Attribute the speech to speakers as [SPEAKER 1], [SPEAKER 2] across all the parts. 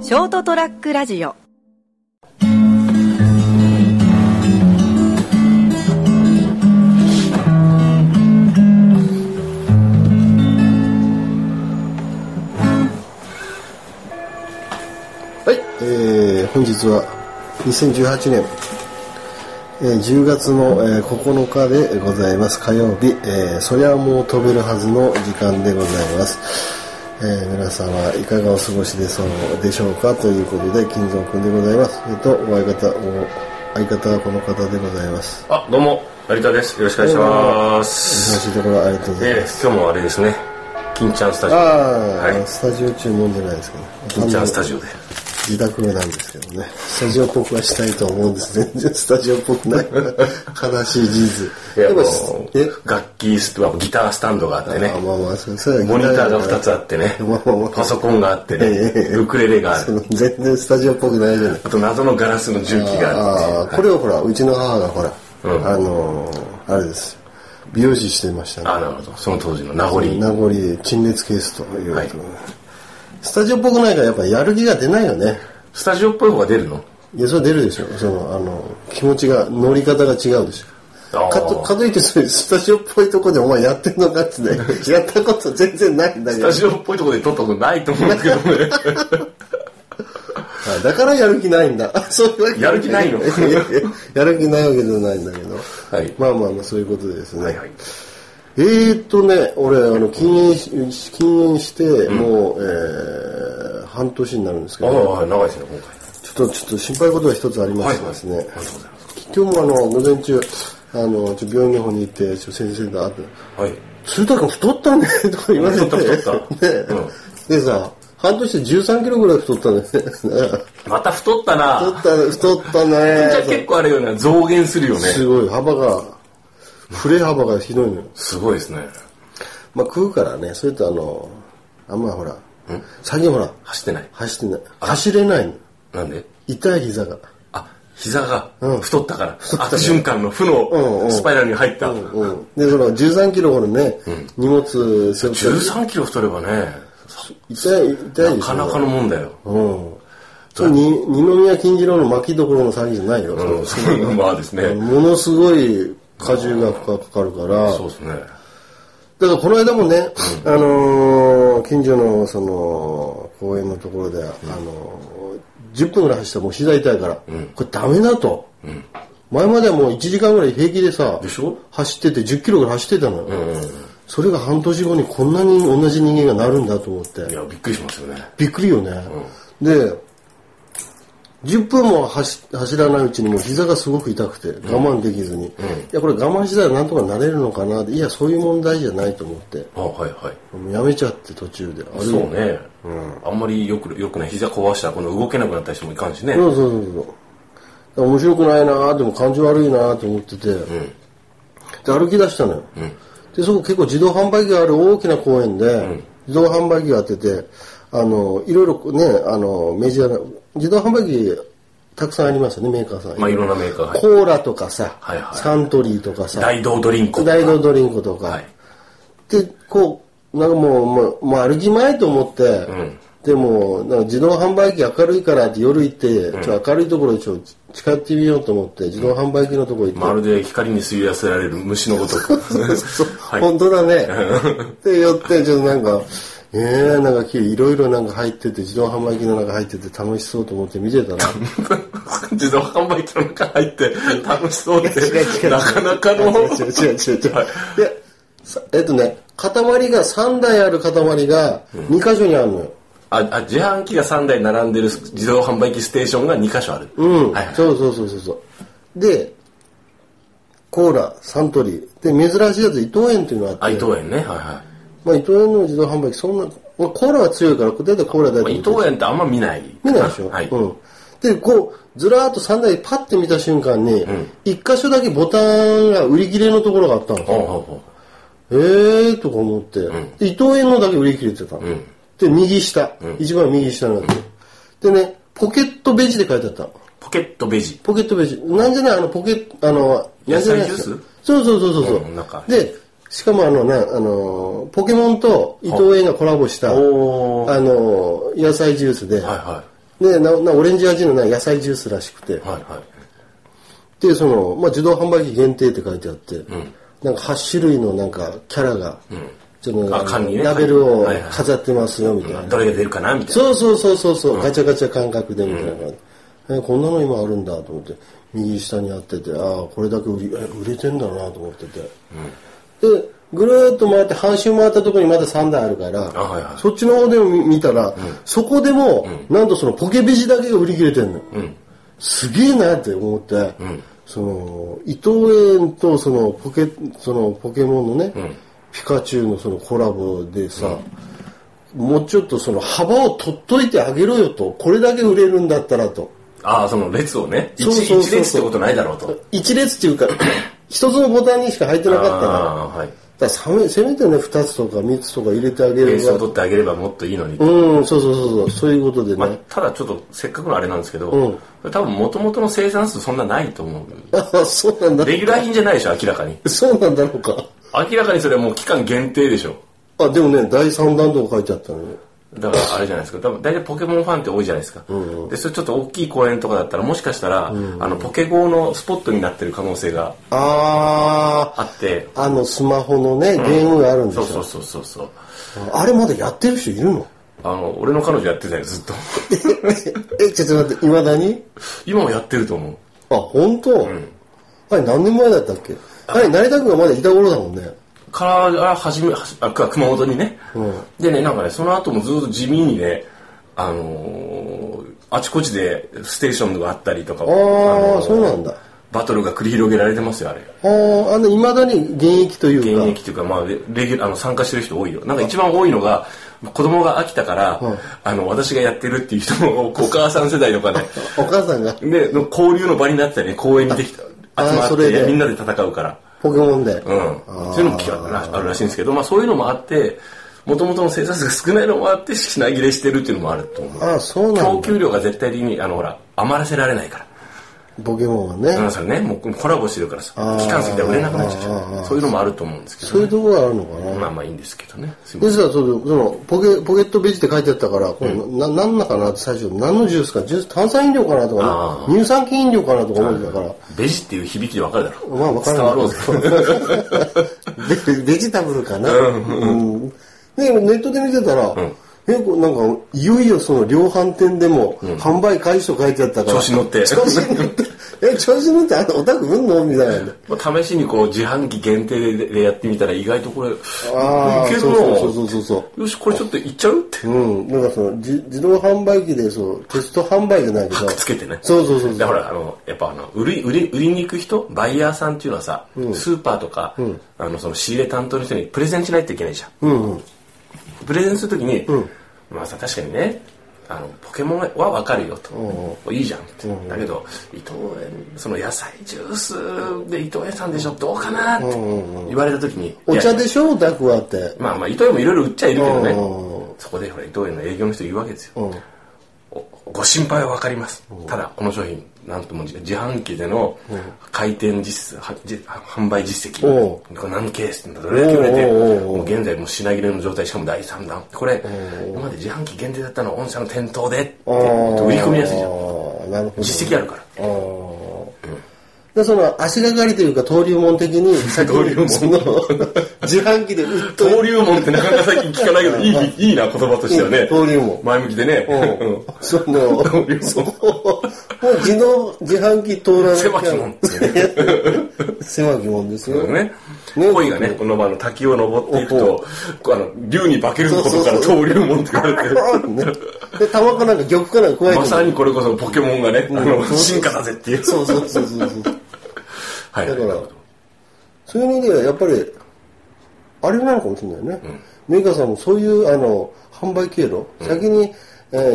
[SPEAKER 1] ショートトラックラジオ
[SPEAKER 2] はい、えー、本日は2018年、えー、10月の、えー9日でございます火曜日、えー、そりゃもう飛べるはずの時間でございます、えー、皆様いかがお過ごしでそうでしょうかということで金蔵君でございますえっ、とお相方お相方はこの方でございます
[SPEAKER 3] あ、どうも、成田です。よろしくお願いします。
[SPEAKER 2] 忙しいところありがとうござい
[SPEAKER 3] え
[SPEAKER 2] ます、
[SPEAKER 3] ー今日もあれですね、金ちゃんスタジ
[SPEAKER 2] あ
[SPEAKER 3] オ。
[SPEAKER 2] あ、
[SPEAKER 3] はい
[SPEAKER 2] スタジオ中飲んでないですけど
[SPEAKER 3] 金ちゃんスタジオで。
[SPEAKER 2] 自宅なんですけどね。スタジオっぽくはしたいと思うんです。全然スタジオっぽくないから。悲しい事実。
[SPEAKER 3] いや、もう
[SPEAKER 2] え、
[SPEAKER 3] 楽器スまあギタースタンドがあってね
[SPEAKER 2] あ、まあまあ、それそれは
[SPEAKER 3] モニターが2つあって ね
[SPEAKER 2] まあまあまあ、
[SPEAKER 3] パソコンがあって
[SPEAKER 2] ええ
[SPEAKER 3] ね、ウクレレがあ
[SPEAKER 2] そ
[SPEAKER 3] る。
[SPEAKER 2] の全然スタジオっぽくないじゃない。
[SPEAKER 3] あと謎のガラスの重機がある。
[SPEAKER 2] ああ、これをほら、うちの母がほら、
[SPEAKER 3] うん
[SPEAKER 2] あのー、あれです。美容師してましたね。
[SPEAKER 3] あ、なるほど。その当時の名残。
[SPEAKER 2] 名残で陳列ケースということで、
[SPEAKER 3] はい
[SPEAKER 2] スタジオっぽくないからやっぱやる気が出ないよね。
[SPEAKER 3] スタジオっぽい方が出るの
[SPEAKER 2] いや、それは出るでしょ。その、あの、気持ちが、乗り方が違うでし
[SPEAKER 3] あー
[SPEAKER 2] ょ。かと、かといって、それスタジオっぽいとこでお前やってんのかって ね、やったこと全然ないんだけ
[SPEAKER 3] ス
[SPEAKER 2] ど
[SPEAKER 3] タ。ジオっぽいところで撮ったことないと思うんです けどね。
[SPEAKER 2] あだからやる気ないんだ。そういうわけ
[SPEAKER 3] やる気ないの
[SPEAKER 2] やや やる気ないわけじゃないんだけど。
[SPEAKER 3] はい
[SPEAKER 2] まあまあまあ、そういうことでですね。
[SPEAKER 3] はいはい。
[SPEAKER 2] えーっとね、俺、あの、禁煙し、禁煙して、もう、えー半年になるんですけ
[SPEAKER 3] ああ、
[SPEAKER 2] ど、
[SPEAKER 3] はい長いですね、今
[SPEAKER 2] ちょっと、ちょっと心配事が一つありま
[SPEAKER 3] 回。
[SPEAKER 2] してですね。
[SPEAKER 3] ありがとうございます。
[SPEAKER 2] 今日もあの午前中あのちょ病院の方に行ってちょ先生と会って
[SPEAKER 3] はい。
[SPEAKER 2] 「鶴田君太ったね」 とか言われて
[SPEAKER 3] 太った太った
[SPEAKER 2] ね
[SPEAKER 3] うん
[SPEAKER 2] でさ半年で1 3キロぐらい太っ たね太
[SPEAKER 3] また太ったな。
[SPEAKER 2] ったね太った
[SPEAKER 3] じゃあ結
[SPEAKER 2] ね
[SPEAKER 3] 構あれよね、増減するよね。
[SPEAKER 2] すごい幅が振れ幅がひどいのよ、
[SPEAKER 3] すごいですね。
[SPEAKER 2] まあ、食うからねそれとあのあんまほら最近ほら
[SPEAKER 3] 走ってない。
[SPEAKER 2] 走ってない走れないの
[SPEAKER 3] なんで
[SPEAKER 2] 痛い膝が
[SPEAKER 3] あ、膝が
[SPEAKER 2] うん
[SPEAKER 3] 太ったから、悪循環の負
[SPEAKER 2] うんうん
[SPEAKER 3] のスパイラルに入った。
[SPEAKER 2] うんでその1 3キロほどね、荷物背負って
[SPEAKER 3] 13キロ太ればね、
[SPEAKER 2] 痛い痛い
[SPEAKER 3] な
[SPEAKER 2] でしょ
[SPEAKER 3] かなかのもんだよ。
[SPEAKER 2] うん。それに二宮金次郎の巻きどころの詐欺じゃないよ。
[SPEAKER 3] うん、そういうのもあですね。
[SPEAKER 2] ものすごい荷重がかかるから。
[SPEAKER 3] そうですね。
[SPEAKER 2] だからこの間もね、あのー近所のその公園のところで、あのー10分ぐらい走ったらもう膝痛いから、これダメだと、前まではもう1時間ぐらい平気でさ
[SPEAKER 3] でしょ
[SPEAKER 2] 走ってて10キロぐらい走ってたのよ、それが半年後にこんなに同じ人間がなるんだと思って
[SPEAKER 3] いや、びっくりしますよね。
[SPEAKER 2] びっくりよね、で10分も走走らないうちにもう膝がすごく痛くて我慢できずに、いやこれ我慢したらなんとかなれるのかなっていやそういう問題じゃないと思って
[SPEAKER 3] あ、はいはい。
[SPEAKER 2] もうやめちゃって途中であれ
[SPEAKER 3] そうね。あんまりよく、よくね、膝壊したらこの動けなくなったりしてもいかんしね。
[SPEAKER 2] そうそうそうそうだから面白くないなーでも感じ悪いなーと思ってて、で歩き出したのよ、でそこ結構自動販売機がある大きな公園で、自動販売機があっててあのいろいろねあのメジャーな自動販売機たくさんありますよねメーカーさん、
[SPEAKER 3] まあいろんなメーカーが入って
[SPEAKER 2] コーラとかさ、
[SPEAKER 3] はいはい
[SPEAKER 2] サントリーとかさ
[SPEAKER 3] 大道ドリンク。
[SPEAKER 2] 大道ドリンクとか、
[SPEAKER 3] はい。
[SPEAKER 2] でこうなんかもうもうもう歩き前と思って、でもなんか自動販売機明るいからって夜行って、ちょ明るいところにちょ近寄ってみようと思って自動販売機のところ行って、
[SPEAKER 3] まるで光に吸い寄せられる虫のごとく。 はい。
[SPEAKER 2] 本当だ ねで寄ってちょっとなんかえー、なんかいろいろなんか入ってて自動販売機の中入ってて楽しそうと思って見てたら
[SPEAKER 3] 自動販売機の中入って楽しそうって
[SPEAKER 2] 違う違う違う
[SPEAKER 3] なかなかの
[SPEAKER 2] 違う違う違う違う、 でさえっとね塊が3台ある塊が2箇所にあるのよ、
[SPEAKER 3] ああ自販機が3台並んでる自動販売機ステーションが2箇所ある、
[SPEAKER 2] うん、
[SPEAKER 3] はいはい
[SPEAKER 2] そうそうそうそうそうでコーラサントリーで珍しいやつ伊藤園っていうのがあって
[SPEAKER 3] あ伊藤園ねはいは
[SPEAKER 2] まあ、伊藤園の自動販売機そんなまあコーラは強いからこれ大体コーラだ
[SPEAKER 3] い、まあ、伊藤園ってあんま見ない
[SPEAKER 2] 見ないでしょ、
[SPEAKER 3] はい、
[SPEAKER 2] うん、でこうずらーっと3台パッて見た瞬間に、一1箇所だけボタンが売り切れのところがあったんですよ
[SPEAKER 3] ほうほうほ
[SPEAKER 2] えーとか思って、で伊藤園のだけ売り切れてたの、で右下、一番右下になって、でねポケットベジで書いてあったの
[SPEAKER 3] うポケットベジ
[SPEAKER 2] ポケットベージなんじゃないあのポケットあのなんじゃな
[SPEAKER 3] 野
[SPEAKER 2] い
[SPEAKER 3] 菜ジュース
[SPEAKER 2] そうそうそうそうそう、
[SPEAKER 3] うんなんか
[SPEAKER 2] でしかもあのねあのポケモンと伊藤園がコラボしたあ
[SPEAKER 3] おー
[SPEAKER 2] の野菜ジュースで、
[SPEAKER 3] はいは
[SPEAKER 2] でななオレンジ味のない野菜ジュースらしくて、
[SPEAKER 3] はいはい
[SPEAKER 2] でその、まあ、自動販売機限定って書いてあって、なんか8種類のなんかキャラが、ちょっと
[SPEAKER 3] あ缶にね
[SPEAKER 2] ラベルを
[SPEAKER 3] はいはい
[SPEAKER 2] 飾ってますよみたいな、
[SPEAKER 3] どれが出るかなみたいな
[SPEAKER 2] そうそうそうそうそう、ガチャガチャ感覚でみたいな感じ、えこんなの今あるんだと思って右下にあっててああこれだけ売りえ売れてんだなと思ってて、でぐるーっと回って半周回ったところにまだ3台あるから、
[SPEAKER 3] あはいはい
[SPEAKER 2] そっちの方でも見見たら、そこでも、なんとそのポケベジだけが売り切れてんの、すげえなって思って、その伊藤園とそのポケそのポケモンのね、ピカチュウのそのコラボでさ、もうちょっとその幅を取っといてあげろよとこれだけ売れるんだったらと
[SPEAKER 3] ああその列をね一
[SPEAKER 2] そうそうそうそう
[SPEAKER 3] 一列ってことないだろうと
[SPEAKER 2] 一列っていうか 一つのボタンにしか入ってなかったから
[SPEAKER 3] ああーはい
[SPEAKER 2] だからせめせめてね2つとか3つとか入れてあげ
[SPEAKER 3] ベ
[SPEAKER 2] れ
[SPEAKER 3] ースを
[SPEAKER 2] ば
[SPEAKER 3] 取ってあげればもっといいのに
[SPEAKER 2] うんそうそうそうそうそういうことでね、
[SPEAKER 3] まあ、ただちょっとせっかくのあれなんですけど、
[SPEAKER 2] うん
[SPEAKER 3] 多分もともとの生産数そんなないと思う
[SPEAKER 2] あ そうなんだ
[SPEAKER 3] レギュラー品じゃないでしょ明らかに
[SPEAKER 2] そうなんだろうか
[SPEAKER 3] 明らかにそれはもう期間限定でしょ
[SPEAKER 2] あでもね第3弾とか書いてあったのね
[SPEAKER 3] だからあれじゃないですか多分大体ポケモンファンって多いじゃないですか、でそれちょっと大きい公園とかだったらもしかしたら、あのポケ GO のスポットになってる可能性が
[SPEAKER 2] あ
[SPEAKER 3] あって
[SPEAKER 2] ああのスマホのねゲームがあるんでし
[SPEAKER 3] そ
[SPEAKER 2] ょ、
[SPEAKER 3] うそうそうそうそう
[SPEAKER 2] あれまだやってる人い るの
[SPEAKER 3] あの俺の彼女やってたよずっと
[SPEAKER 2] えちょっと待っていまだに
[SPEAKER 3] 今もやってると思う
[SPEAKER 2] あ本当、あれ何年前だったっけあれ成田君がまだいた頃だもんね
[SPEAKER 3] から始めはじあく熊本にね、でねなんかねその後もずっと地味にねあのーあちこちでステーションがあったりとかあ
[SPEAKER 2] ああ、
[SPEAKER 3] のー
[SPEAKER 2] そうなんだ
[SPEAKER 3] バトルが繰り広げられてますよあれ
[SPEAKER 2] あああのいまだに現役というか
[SPEAKER 3] 現役というか、まあ、レレギュあの参加してる人多いよなんか一番多いのが子供が飽きたから、あの私がやってるっていう人もお母さん世代とかね
[SPEAKER 2] お母さんが
[SPEAKER 3] での交流の場になってたりね公園にできた集
[SPEAKER 2] ああ
[SPEAKER 3] ま
[SPEAKER 2] そ
[SPEAKER 3] っ
[SPEAKER 2] れで
[SPEAKER 3] てみんなで戦うから
[SPEAKER 2] ポケモンで、
[SPEAKER 3] うん、そういうのも聞かなあるらしいんですけど、まあ、そういうのもあってもともとの生産数が少ないのもあって品切れしてるっていうのもあると思う
[SPEAKER 2] ああそうなん
[SPEAKER 3] 供
[SPEAKER 2] だ
[SPEAKER 3] 給量が絶対的にあのほら余らせられないから
[SPEAKER 2] ポケモンはね、
[SPEAKER 3] あのさねもうコラボしてるからさ期間過ぎたら売れなくなっちゃうでしょそういうのもあると思うんですけど
[SPEAKER 2] そういうところがあるのかな、
[SPEAKER 3] まあまあいいんですけどねすいま
[SPEAKER 2] で
[SPEAKER 3] せん
[SPEAKER 2] すからそのそのポケポケットベジって書いてあったからこれ、ななんだかなって最初何のジュースかジュース炭酸飲料かなとか
[SPEAKER 3] あ、
[SPEAKER 2] ね、乳酸菌飲料かなとか思ってたから、
[SPEAKER 3] ベジっていう響きでわかるだろ
[SPEAKER 2] まあ分から
[SPEAKER 3] 伝わろう
[SPEAKER 2] ない ベベジタブルかな、うんでネットで見てたら、えこうなんかいよいよその量販店でも販売開始と書いてあったから
[SPEAKER 3] 調子乗って
[SPEAKER 2] 調子乗ってえ調子乗ってあのお宅売んのみたいな
[SPEAKER 3] まあ試しにこう自販機限定ででやってみたら意外とこれい
[SPEAKER 2] ああ
[SPEAKER 3] ける
[SPEAKER 2] そうそうそう
[SPEAKER 3] の
[SPEAKER 2] そうそう
[SPEAKER 3] よしこれちょっといっちゃうって
[SPEAKER 2] うん、なんかそのじ自動販売機でそうテスト販売じゃないけど
[SPEAKER 3] つけてね
[SPEAKER 2] そうそうそうそう
[SPEAKER 3] だからあのやっぱあの売り売り売りに行く人バイヤーさんっていうのはさ、スーパーとか、あのその仕入れ担当の人にプレゼンしないといけないじゃん、プレゼンするときに、まあさ確かにねあのポケモンは分かるよと、いいじゃんって、だけど伊藤園その野菜ジュースで伊藤園さんでしょどうかなって言われた時に、
[SPEAKER 2] お
[SPEAKER 3] いや
[SPEAKER 2] 茶
[SPEAKER 3] いや
[SPEAKER 2] でしょお宅はって
[SPEAKER 3] まあまあ伊藤園もいろいろ売っちゃいるけどね、
[SPEAKER 2] うん
[SPEAKER 3] そこでほら伊藤園の営業の人言うわけですよ、
[SPEAKER 2] うん
[SPEAKER 3] おご心配は分かりますただこの商品なんとも自自販機での回転実はじ販売実績
[SPEAKER 2] おう
[SPEAKER 3] これ何ケースってどれだけ売れて
[SPEAKER 2] おうおうおうおう
[SPEAKER 3] もう現在もう品切れの状態しかも第3弾これ今まで自販機限定だったのは御社の店頭でって売り込みやすいじゃ
[SPEAKER 2] あ
[SPEAKER 3] ん
[SPEAKER 2] ーなるほど
[SPEAKER 3] 実績あるから
[SPEAKER 2] あーでその足がかりというか登竜門的に先に
[SPEAKER 3] 登竜門
[SPEAKER 2] その自販機で売っとい
[SPEAKER 3] 登竜門ってなかなか最近聞かないけどいいいいな言葉としては
[SPEAKER 2] う
[SPEAKER 3] ね
[SPEAKER 2] ん登竜門
[SPEAKER 3] 前向きでね
[SPEAKER 2] て
[SPEAKER 3] うん
[SPEAKER 2] その
[SPEAKER 3] 登竜門
[SPEAKER 2] もう自動自販機通ら な
[SPEAKER 3] 狭き門ってね
[SPEAKER 2] 狭き門ですよ
[SPEAKER 3] ね
[SPEAKER 2] ね
[SPEAKER 3] 鯉がねこの場の滝を登っていくとこうあの竜に化けることから
[SPEAKER 2] そうそうそう
[SPEAKER 3] 登竜門って言われてる
[SPEAKER 2] ねで玉かなんか玉かなんか加え て
[SPEAKER 3] まさにこれこそポケモンがね、あの
[SPEAKER 2] そうそう
[SPEAKER 3] 進化だぜっていう。
[SPEAKER 2] そうそうそうそうそう
[SPEAKER 3] はい。
[SPEAKER 2] だから、そういう意味ではやっぱり、あれなのかもしれないね。メーカーさんもそういう、あの、販売経路、先に、えー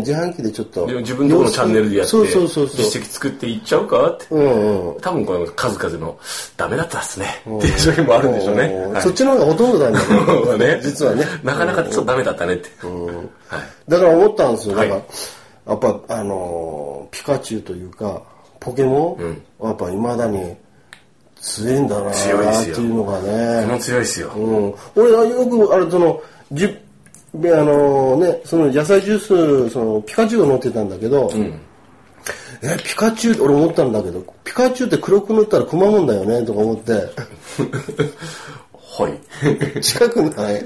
[SPEAKER 2] 自販機でちょっと。
[SPEAKER 3] で自分のこのチャンネルでやって、
[SPEAKER 2] そうそうそうそう。
[SPEAKER 3] 実績作っていっちゃうかって。
[SPEAKER 2] うんうん。
[SPEAKER 3] 多分この数々のダメだったっすね。っていう商品もあるんでしょうね。
[SPEAKER 2] うん
[SPEAKER 3] はい
[SPEAKER 2] そっちの方がほとんどだね。
[SPEAKER 3] ね
[SPEAKER 2] 実はね
[SPEAKER 3] なかなかちょっとダメだったねって。はい
[SPEAKER 2] だから思ったんですよ。だ
[SPEAKER 3] はい
[SPEAKER 2] から、やっぱ、あのーピカチュウというか、ポケモン、はやっぱ未だに強いんだな
[SPEAKER 3] 強いです
[SPEAKER 2] ー
[SPEAKER 3] よ
[SPEAKER 2] っていうのがね。
[SPEAKER 3] ポケモン強いですよ。
[SPEAKER 2] うん、俺はよくあれそのじで、あのね、その野菜ジュース、そのピカチュウが乗ってたんだけど、え、ピカチュウって俺思ったんだけど、ピカチュウって黒く塗ったらクマモンだよね、とか思 って、
[SPEAKER 3] はい。
[SPEAKER 2] 近くない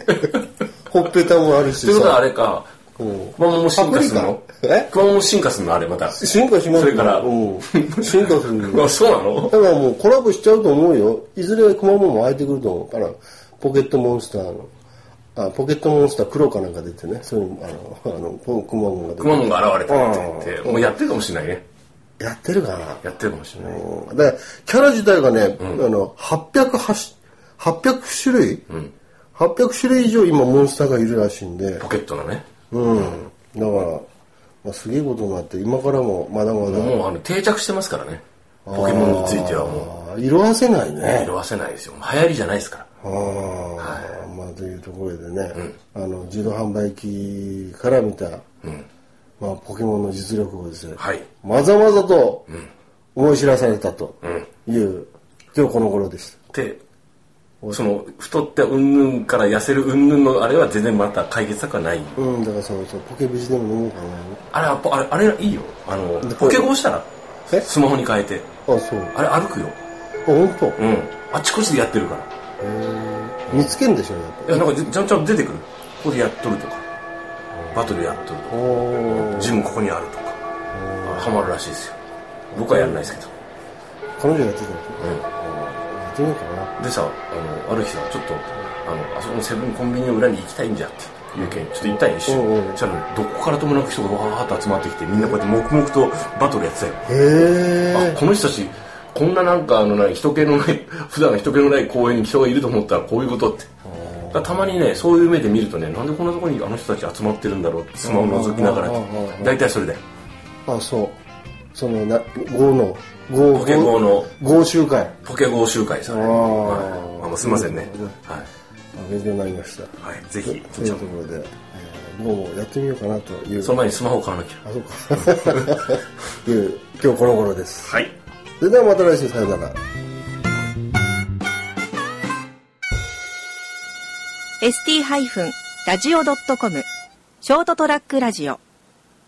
[SPEAKER 2] ほっぺたもあるし
[SPEAKER 3] ということはあ
[SPEAKER 2] さ、
[SPEAKER 3] れか、ク
[SPEAKER 2] ん
[SPEAKER 3] マモンも進化するの
[SPEAKER 2] パプリカえ
[SPEAKER 3] クマモンも進化するのあれまた。
[SPEAKER 2] 進化しますよ
[SPEAKER 3] それから
[SPEAKER 2] うん、進化するよ。
[SPEAKER 3] あそうなの
[SPEAKER 2] だからもうコラボしちゃうと思うよ。いずれクマモンも湧いてくると思うから、ポケットモンスターの、あポケットモンスター黒かなんか出てね、そういう、あの、 あのポクマモンが出
[SPEAKER 3] ク
[SPEAKER 2] て
[SPEAKER 3] マモンが現れたって言って、もうやってるかもしれないね。
[SPEAKER 2] やってるかな
[SPEAKER 3] やってるかもしれない。
[SPEAKER 2] うんで、キャラ自体がね、あの、800はし、800種類、800種類以上今モンスターがいるらしいんで、
[SPEAKER 3] ポケットのね。
[SPEAKER 2] うん。だから、まあ、すげえことになって、今からもまだまだ、
[SPEAKER 3] もうあの定着してますからね。ポケモンについてはも、
[SPEAKER 2] あー色褪せないうね。
[SPEAKER 3] 色褪せないですよ。流行りじゃないですから。
[SPEAKER 2] ああ、まあというところでね、あの自動販売機から見た、まあ、ポケモンの実力をですね、
[SPEAKER 3] はい
[SPEAKER 2] まざまざと思い知らされたという、今日この頃でした。
[SPEAKER 3] で、その太ってうんぬんから痩せるうんぬんのあれは全然また解決策はない。
[SPEAKER 2] うん、だからそのそうポケビジでも飲もうかな。
[SPEAKER 3] あれはポあれ、あれいいよ。あの、ポケゴーしたら
[SPEAKER 2] え
[SPEAKER 3] スマホに変えて。
[SPEAKER 2] あ、そう。あ、
[SPEAKER 3] あれ歩くよ。
[SPEAKER 2] 本当、
[SPEAKER 3] うん。あっちこっちでやってるから。
[SPEAKER 2] 見つけんでしょ、やっ
[SPEAKER 3] いや、なんかじゃんちゃん出てくる。ここでやっとるとか、バトルやっとるとか、
[SPEAKER 2] ぱ。お
[SPEAKER 3] ジムここにあるとか、ハマるらしいですよ。僕はやらないですけど。
[SPEAKER 2] 彼女がやってたの
[SPEAKER 3] うん
[SPEAKER 2] やってみようかな。
[SPEAKER 3] でさ、あの、ある日さ、ちょっと、あの、あそこのセブンコンビニの裏に行きたいんじゃって言うけん、ちょっと行ったんよ一緒
[SPEAKER 2] うんう
[SPEAKER 3] に。
[SPEAKER 2] ん
[SPEAKER 3] じゃあ、どこからともなく人がわーっと集まってきて、みんなこうやって黙々とバトルやってたよ。あ、
[SPEAKER 2] へ
[SPEAKER 3] この人たち、こんななんかあのない、人気のない、 普段人気のない公園に人がいると思ったらこういうことって。だからたまにね、そういう目で見るとね、なんでこんなとこにあの人たち集まってるんだろうって、スマホを覗きながら
[SPEAKER 2] うんうんうんうんう、ん
[SPEAKER 3] 大体それだよ。
[SPEAKER 2] え。あ、そう。そのな、豪の、豪、
[SPEAKER 3] ポケゴーの
[SPEAKER 2] 豪集会。
[SPEAKER 3] ポケゴー集会さ、ね。
[SPEAKER 2] あー
[SPEAKER 3] はいあもうすいませんね
[SPEAKER 2] なるほど。
[SPEAKER 3] は
[SPEAKER 2] あ勉強になりました。
[SPEAKER 3] い。はい、ぜひ、
[SPEAKER 2] というところで、えー、もうやってみようかなという。
[SPEAKER 3] その前にスマホを買わなきゃ。
[SPEAKER 2] あ、そうか。 いう、今日この頃です。
[SPEAKER 3] はい。
[SPEAKER 2] それではまた来週、さようなら。
[SPEAKER 1] ST-radio.com ショートトラックラジオ